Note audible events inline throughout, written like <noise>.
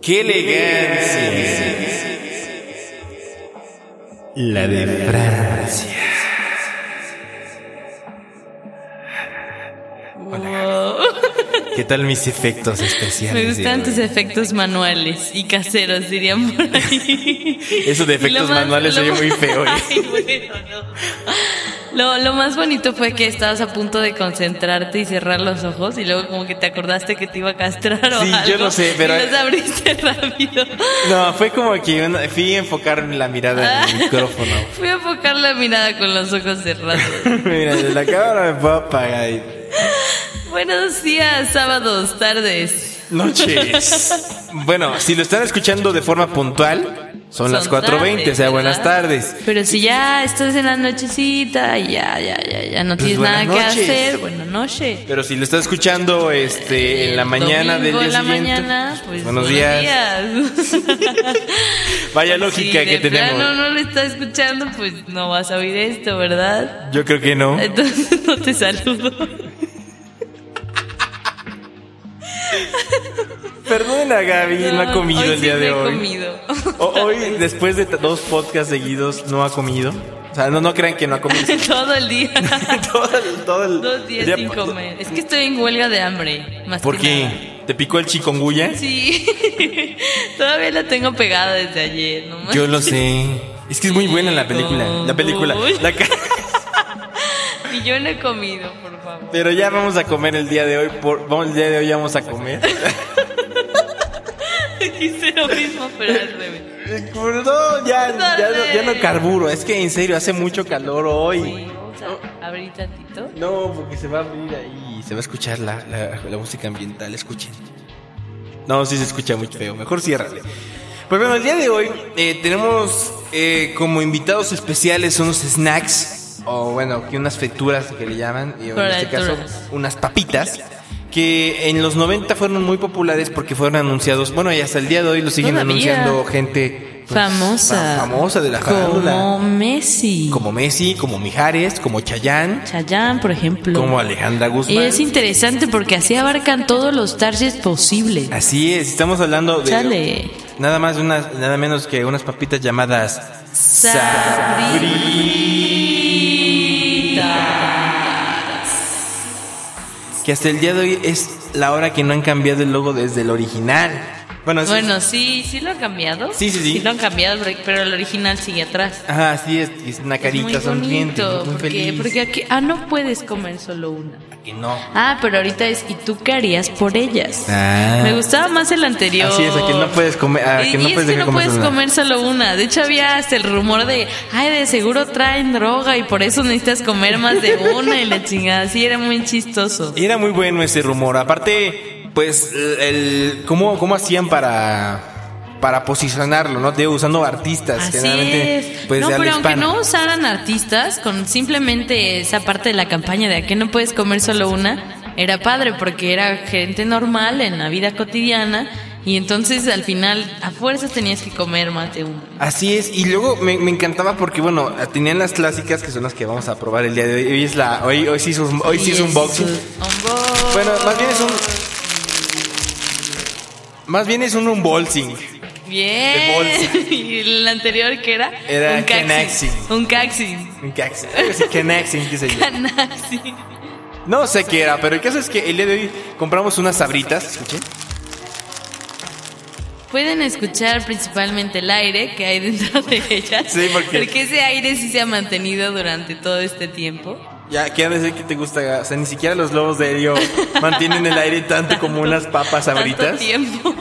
¡Qué elegancia! La de Francia. Wow. ¿Qué tal mis efectos especiales? <laughs> Me gustan Diego? tus efectos manuales y caseros, dirían por <laughs> ahí. Eso de efectos Lo más- manuales lo se oye más- muy <laughs> feo. ¿eh? Ay, bueno, no. Lo, lo más bonito fue que estabas a punto de concentrarte y cerrar los ojos y luego como que te acordaste que te iba a castrar o Sí, yo algo, no sé, pero- y los abriste <laughs> rápido. No, fue como que una- fui a enfocar la mirada en el micrófono. <laughs> Fui a enfocar la mirada con los ojos cerrados. <laughs> Mira, desde la cámara me puedo apagar. y- Buenos días, sábados, tardes. <laughs> Noches. Bueno, si lo están escuchando de forma puntual, son, las 4.20, o sea, ¿verdad? buenas tardes. Pero si ya estás en la nochecita, ya, ya, ya, ya no Pues tienes buenas nada noches. que hacer, buenas noches. Pero si lo estás escuchando este, en la mañana del Domingo día en la siguiente, mañana, pues, pues, buenos días. <laughs> Vaya lógica si que de tenemos. plano no lo está escuchando, pues no vas a oír esto, ¿verdad? Yo creo que Eh, no. Entonces <laughs> no te saludo. Perdonen a Gaby, no, ha comido Hoy el sí día no de he hoy. comido. <laughs> O- hoy, después de t- dos podcasts seguidos, no ha comido. O sea, no, no crean que no ha <laughs> comido. Todo <laughs> el día. todo el, todo el- Dos el días día- sin comer. Es que estoy en huelga de hambre. Más ¿Por que nada. qué? ¿Te picó el chikungunya? Sí. <laughs> Todavía la tengo pegada desde ayer. No más. <laughs> Yo lo sé. Es que es muy buena la película. La película. La ca- Y yo no he comido, por favor. <laughs> Pero ya vamos a comer el día de hoy. Por, vamos, el día de hoy ya vamos a comer. Hice lo mismo, pero al revés. No, ya, ya, no, ya no carburo. Es que en serio, hace mucho calor hoy. Vamos a abrir tantito. No, porque se va a abrir ahí y se va a escuchar la, la- la música ambiental, escuchen. No, sí se escucha muy feo, mejor ciérrale. Pues bueno, el día de hoy eh, tenemos eh, como invitados especiales unos snacks, o bueno, que unas frituras que le llaman, y en este caso Frituras. unas papitas, que en los 90 fueron muy populares porque fueron anunciados, bueno, y hasta el día de hoy lo siguen Todavía. anunciando gente pues, Famosa. fa- famosa de la Como farándula. Messi. Como Messi, como Mijares, como Chayanne. Chayanne, por ejemplo. Como Alejandra y Guzmán. es interesante porque así abarcan todos los targets posibles. Así es, estamos hablando de Chale. nada más de unas, nada menos que unas papitas llamadas que hasta el día de hoy es la hora que no han cambiado el logo desde el original. Bueno, sí, Bueno, sí, sí lo han cambiado. Sí, sí, sí. lo han cambiado, pero- pero el original sigue atrás. ajá, así es, es una carita es muy sonriente, bonito, muy porque, feliz. porque aquí, ah, no puedes comer solo una. Que no. Ah, pero ahorita es, ¿y tú qué harías por ellas? Ah. Me gustaba más el anterior. Así es, a que no puedes comer, a Y- Ah, que y no es puedes que dejar no comer puedes sola. comer solo una. De hecho, había hasta el rumor de, ay, de seguro traen droga y por eso necesitas comer más de una y la chingada. Sí, era muy chistoso. Era muy bueno ese rumor. Aparte, pues, el, ¿cómo, cómo hacían para, para posicionarlo, no? Te digo, usando artistas, Así generalmente, es. pues, no, de habla pero aunque hispana. no usaran artistas, con simplemente esa parte de la campaña de a qué no puedes comer solo una, era padre porque era gente normal en la vida cotidiana y entonces al final a fuerzas tenías que comer más de una. Así es, y luego me, me encantaba porque, bueno, tenían las clásicas que son las que vamos a probar el día de hoy. Hoy, es la, hoy, hoy sí, es un- hoy Pues sí es un boxing. Unboxing. Bueno, más bien es un. Más bien es un unboxing. Bien. de bolsa. <laughs> y el anterior que era Era un caxi. Kenaxin. Un caxi. Un cax- sí, que naxing, qué sé yo. Kenaxi. No sé qué era, pero el caso es que el día de hoy compramos unas sabritas. ¿Escuché? Pueden escuchar principalmente el aire que hay dentro de ellas. Sí, porque- ese aire sí se ha mantenido durante todo este tiempo. Ya, ¿qué ha de ser que te gusta? O sea, ni siquiera los lobos de helio mantienen el aire tanto como unas papas Tanto sabritas. tiempo.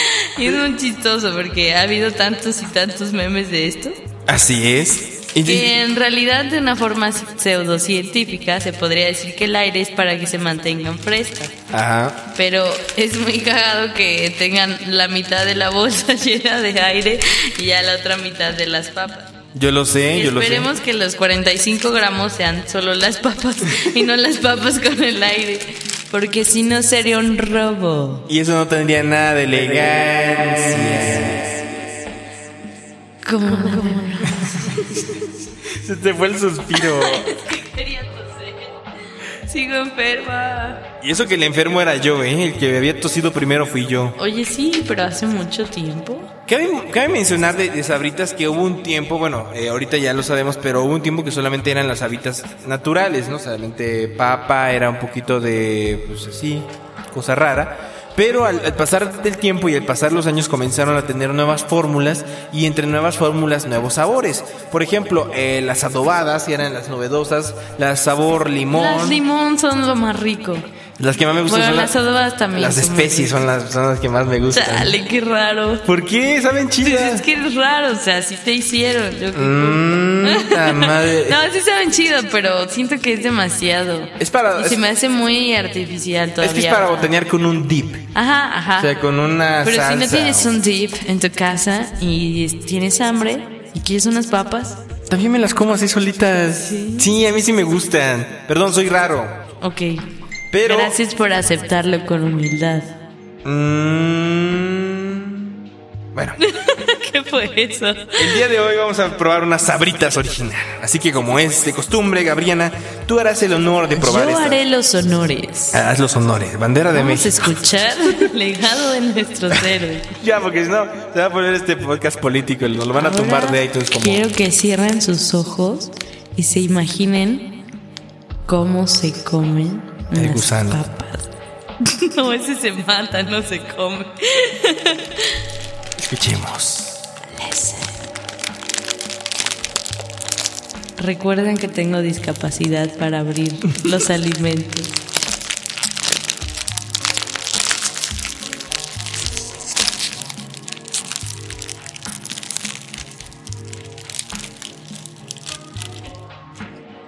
<laughs> y es muy chistoso porque ha habido tantos y tantos memes de esto. Así es. Y dice- Que en realidad de una forma pseudocientífica se podría decir que el aire es para que se mantengan frescas. Ajá. Pero es muy cagado que tengan la mitad de la bolsa <laughs> llena de aire y ya la otra mitad de las papas. Yo lo sé, Y yo lo sé. esperemos que los 45 gramos sean solo las papas y no las papas con el aire. Porque si no sería un robo. Y eso no tendría nada de elegancia. Como Se te fue el suspiro. Sigo enferma. Y eso que el enfermo era yo, ¿eh? El que había tosido primero fui yo. Oye, sí, pero hace mucho tiempo. Cabe, cabe mencionar de, de sabritas que hubo un tiempo, bueno, eh, ahorita ya lo sabemos, pero hubo un tiempo que solamente eran las sabritas naturales, ¿no? Solamente papa, era un poquito de, pues así, cosa rara. Pero al, al pasar del tiempo y al pasar los años comenzaron a tener nuevas fórmulas y entre nuevas fórmulas nuevos sabores. Por ejemplo, eh, las adobadas eran las novedosas, las sabor limón. Las limón son lo más rico. Las que más me gustan Bueno, son las adobadas también Las son muy especies son las, son las que más me gustan. Chale, qué raro. ¿Por qué? ¿Saben Pues chidas? es que es raro, o sea, si te hicieron. yo qué Mm, ta madre. <laughs> No, sí saben chido, pero siento que es demasiado. Es para- Y es- se me hace muy artificial todavía. Es que es para botanear con un dip. Ajá, ajá. O sea, con una pero si no salsa. tienes un dip en tu casa y tienes hambre y quieres unas papas, También me las como así solitas. Sí. a mí sí me gustan. Perdón, soy raro. ok. Pero... Gracias por aceptarlo con humildad. Mm, Bueno, <laughs> ¿Qué fue eso? el día de hoy vamos a probar unas sabritas original. Así que como es de costumbre, Gabriana, tú harás el honor de probar Yo estas. haré los honores. Haz los honores. Bandera de Vamos a México. escuchar el legado de <laughs> nuestros héroes. Ya, porque si no, se va a poner este podcast político. Nos lo van a Ahora tumbar de iTunes como... Quiero que cierren sus ojos y se imaginen cómo se comen El las gusano. papas. <laughs> No, ese se mata, no se come. Escuchemos. Recuerden que tengo discapacidad para abrir los alimentos.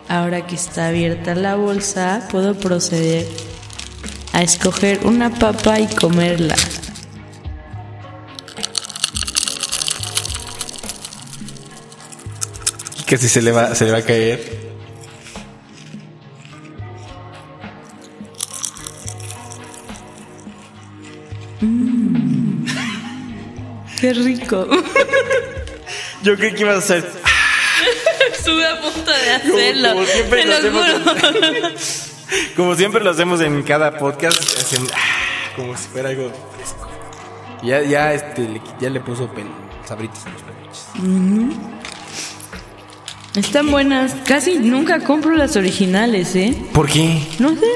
Ahora que está abierta la bolsa, puedo proceder a escoger una papa y comerla. Casi se le va, se le va a caer. ¡Qué rico! <laughs> Yo creí que ibas a hacer. Estuve a punto de hacerlo. como siempre te lo lo hacemos. juro. Como siempre lo hacemos en cada podcast, hacen, ah, como si fuera algo fresco. Ya, ya, este, le, ya le puso pel, sabritas a los peluches. Están buenas. Casi nunca compro las originales, ¿eh? ¿Por qué? No sé.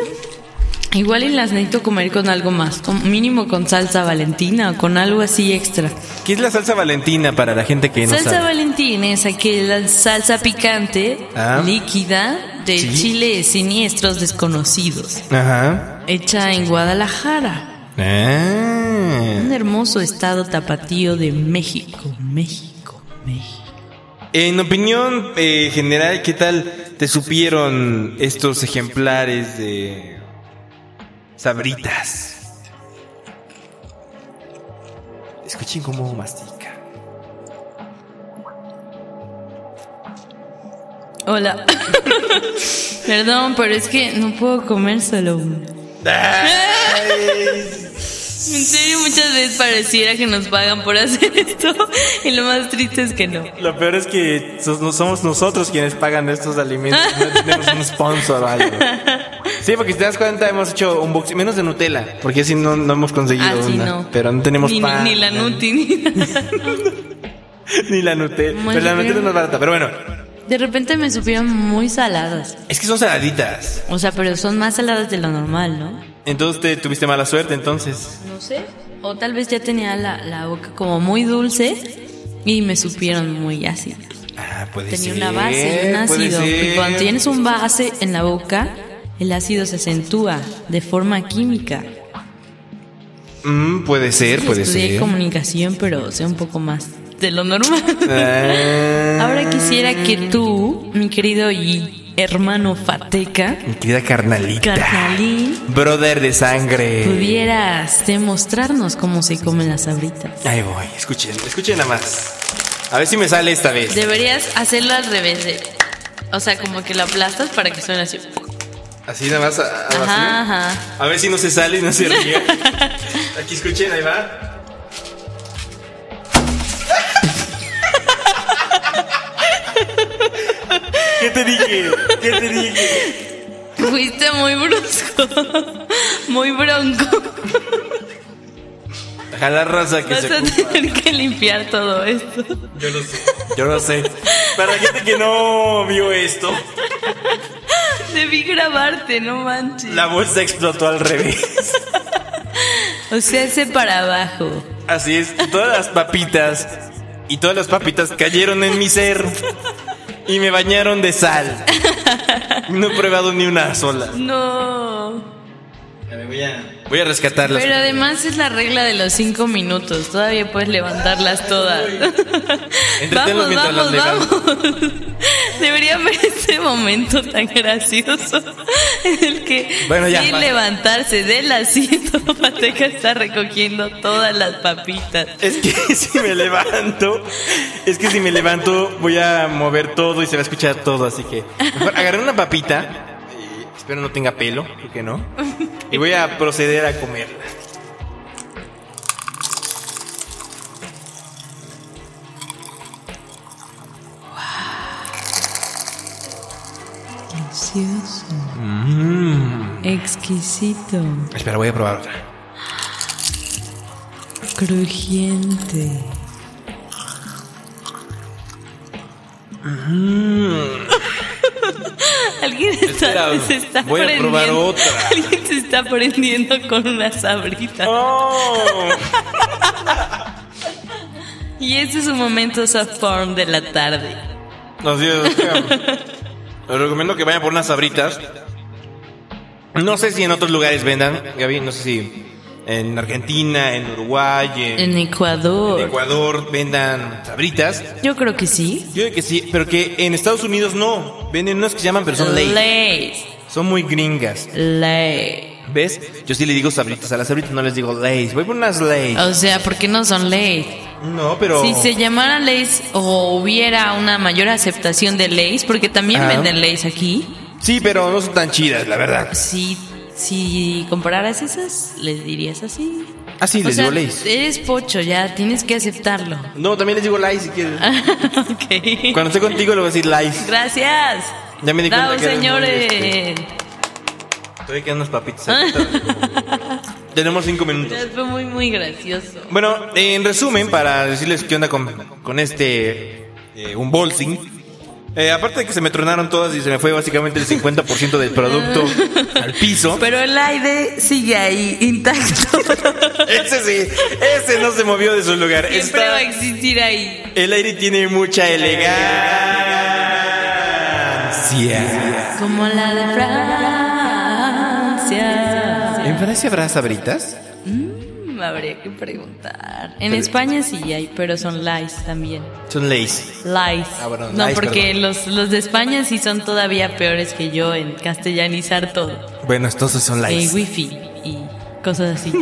Igual y las necesito comer con algo más. Con- mínimo con salsa valentina o con algo así extra. ¿Qué es la salsa valentina para la gente que no salsa sabe? valentina es aquella salsa picante Ah. líquida de Sí. chiles siniestros desconocidos. Ajá. Hecha en Guadalajara. Ah. Un hermoso estado tapatío de México. México, México. En opinión eh, general, ¿qué tal te supieron estos ejemplares de sabritas? Escuchen cómo mastica. Hola. <laughs> Perdón, pero es que no puedo comer solo uno. En serio, muchas veces pareciera que nos pagan por hacer esto y lo más triste es que no. Lo peor es que so- no somos nosotros quienes pagan estos alimentos. No tenemos un sponsor o algo. <laughs> Sí, porque si te das cuenta, hemos hecho un box menos de Nutella, porque así no, no hemos conseguido Así una. Ah, no. Pero no tenemos Ni, pan. ni la Nuti, ni nada. <laughs> Ni la Nutella. Muy Pero la bien. Nutella es más barata. Pero bueno, De repente me supieron muy saladas. es que son saladitas. O sea, pero son más saladas de lo normal, ¿no? Entonces te tuviste mala suerte, entonces. No sé. O tal vez ya tenía la, la boca como muy dulce y me supieron muy ácida. Ah, puede Tenía ser. una base y un puede ácido. ser. Y cuando tienes un base en la boca, el ácido se acentúa de forma química. Mm, puede ser, puede Estudié ser. comunicación, pero sé un poco más de lo normal. <laughs> Ah. Ahora quisiera que tú, mi querido y hermano Fateca, Mi querida carnalita. carnalín, Brother de sangre. pudieras demostrarnos cómo se comen las sabritas. Ahí voy. Escuchen, escuchen nada más. A ver si me sale esta vez. Deberías hacerlo al revés de... O sea, como que lo aplastas para que suene así. Así nada más. A, a- Ajá, así. ajá. A ver si no se sale y no se ríe. Aquí escuchen, ahí va. ¿Qué te dije? ¿Qué te dije? Fuiste muy brusco. <laughs> Muy bronco. Deja la raza que Vas se a tener que limpiar todo esto. Yo no sé. Yo no sé. Para la gente que no vio esto, Debí grabarte, no manches. la bolsa explotó al revés. O sea, ese para abajo. Así es, todas las papitas y todas las papitas cayeron en mi ser y me bañaron de sal. No he probado ni una sola. No. Voy a rescatarlas. Pero además es la regla de los cinco minutos. Todavía puedes levantarlas todas. Entreténlos mientras las levanto. Debería haber ese momento tan gracioso en el que Bueno, ya, sin va. levantarse del <laughs> asiento, Pateca está recogiendo todas las papitas. Es que <laughs> si me levanto, es que si me levanto voy a mover todo y se va a escuchar todo, así que mejor agarré una papita, eh, espero no tenga pelo, creo que no, y voy a proceder a comerla. Delicioso. Mm. Exquisito. Espera, voy a probar otra. Crujiente. Alguien está, Espera, se está voy a probar prendiendo- otra. Alguien se está prendiendo con una sabrita. ¡Oh! Y este es un momento soft porn de la tarde. No, sí, o sea, les recomiendo que vayan por unas sabritas. No sé si en otros lugares vendan, Gaby, no sé si en Argentina, en Uruguay, en, En Ecuador. Ecuador vendan sabritas. Yo creo que sí. Yo digo que sí, pero que en Estados Unidos no. Venden unas que se llaman, pero son ley. Lays. Son muy gringas. Lay. ¿Ves? Yo sí le digo sabritas. A las sabritas no les digo leyes. Voy por unas leyes. O sea, ¿por qué no son leyes? No, pero... Si se llamara Lays o hubiera una mayor aceptación de Lays, porque también Ajá. venden Lays aquí. Sí, pero no son tan chidas, la verdad. Si, si compararas esas, les dirías así. Ah, sí, O les sea, digo leyes. eres pocho, ya tienes que aceptarlo. <laughs> No, también les digo leyes si quieres. Ah. ok. Cuando esté contigo le voy a decir leyes. Gracias. Ya me di cuenta Bravo, que eres muy, este, señores. Todavía quedan unas papitas. Tenemos cinco minutos. Fue muy, muy gracioso. Bueno, en resumen, para decirles qué onda con, con este eh, un bolsing. eh, aparte de que se me tronaron todas y se me fue básicamente el 50% del producto al piso. Pero el aire sigue ahí, <laughs> intacto. Ese sí, ese no se movió de su lugar. Siempre va Está- a existir ahí. el aire tiene mucha elegancia. Como la de Francia. ¿En Francia habrá sabritas? Mm, habría que preguntar. En España sí hay, pero son lies también. Son lays. Lies. Ah, bueno, no, lies, porque los, los de España sí son todavía peores que yo en castellanizar todo. Bueno, entonces son Eh, lays. wifi y cosas <laughs> así.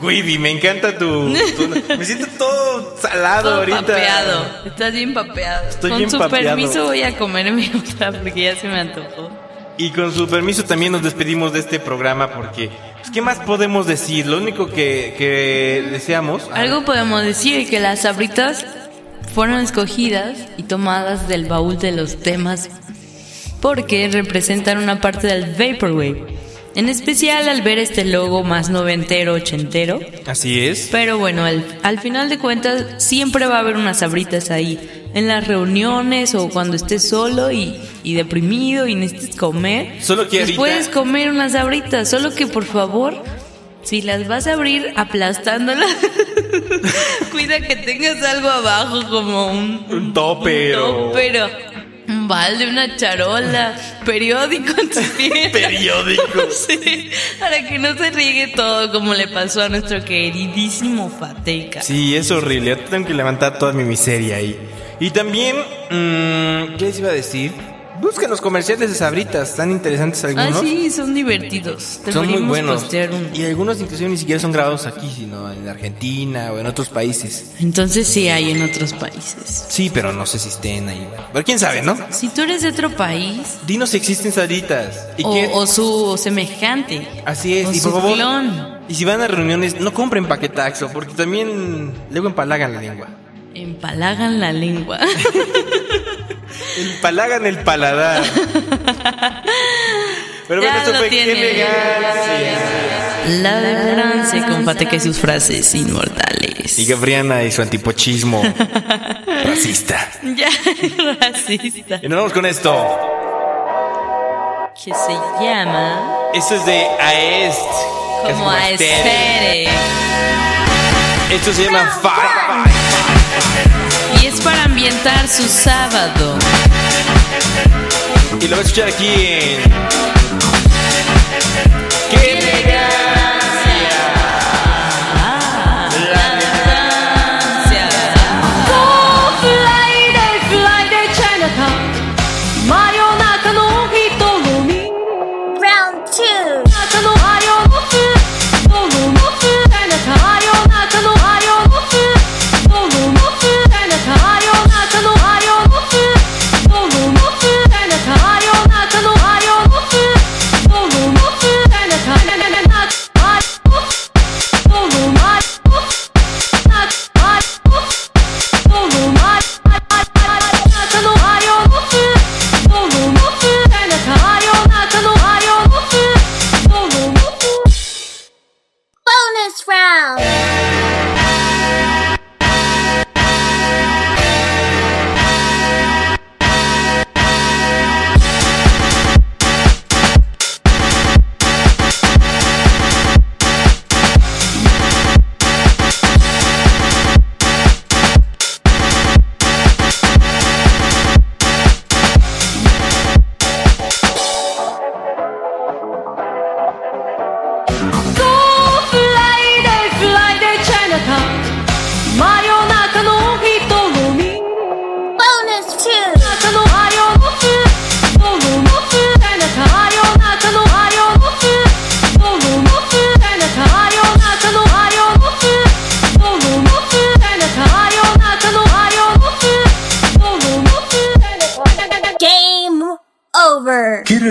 Wibi, me encanta tu, tu- Me siento todo salado Todo ahorita. papeado. Estás bien papeado. Estoy Con bien su papeado. permiso voy a comerme <laughs> otra porque ya se me antojó. Y con su permiso también nos despedimos de este programa porque, pues, ¿qué más podemos decir? Lo único que, que deseamos... Algo podemos decir que las sabritas fueron escogidas y tomadas del baúl de los temas porque representan una parte del vaporwave. En especial al ver este logo más noventero, ochentero. Así es. Pero bueno, al, al final de cuentas siempre va a haber unas sabritas ahí. En las reuniones o cuando estés solo y, y deprimido y necesites comer. Solo que pues ahorita- Puedes comer unas sabritas, solo que por favor, si las vas a abrir aplastándolas, <laughs> cuida que tengas algo abajo como un, Un topper o- un topper o un balde, una charola, periódico en <laughs> sus pies. Periódico. <laughs> Sí, para que no se riegue todo como le pasó a nuestro queridísimo Fateca. Sí, es horrible. Yo tengo que levantar toda mi miseria ahí. Y también, mm, ¿qué les iba a decir? Busquen los comerciales de Sabritas, están interesantes Ah, algunos. sí, son divertidos. Son muy Deberíamos buenos. postear uno. Y algunos inclusive ni siquiera son grabados aquí, sino en Argentina o en otros países. Entonces sí hay en otros países. Sí, pero no sé si estén ahí. bueno. Pero quién sabe, ¿no? Si tú eres de otro país Dinos si existen Sabritas. ¿Y o, qué- o su semejante. Así es, o y su por favor. clon. Y si van a reuniones, no compren paquetaxo, porque también luego empalagan la lengua. Empalagan la lengua. <laughs> Empalagan el <laughs> paladar. Pero bueno, Ya esto lo fue qué tienen. elegancia. La frase con Fateca y sus frases inmortales. Y Gabriana y su antipochismo racista. <laughs> Ya, <laughs> racista. Y nos vamos con esto. Que se llama Esto es de Aest. que es como a Aesthetic. Estere. Esto se llama Far. Y es para ambientar su sábado. Y lo vas a escuchar aquí en. ¡Qué elegancia! Go fly day, fly day, Chinatown. 真夜中の人混み。Round two. 中の真夜の人混み。Chinatown 真夜中の真夜の人混み。Chinatown 真夜中の真夜の人混み。Chinatown 真夜中の真夜の人混み。Chinatown 真夜中の真夜の人 Bonus round! Go Friday, Friday, Chinatown 真夜中の人混み Bonus two! 真夜中の真夜の人混み Chinatown 真夜中の真夜の人混み Chinatown 真夜中の真夜の人混み Chinatown 真夜中の真夜の人混み Chinatown Game over! ¿Quiere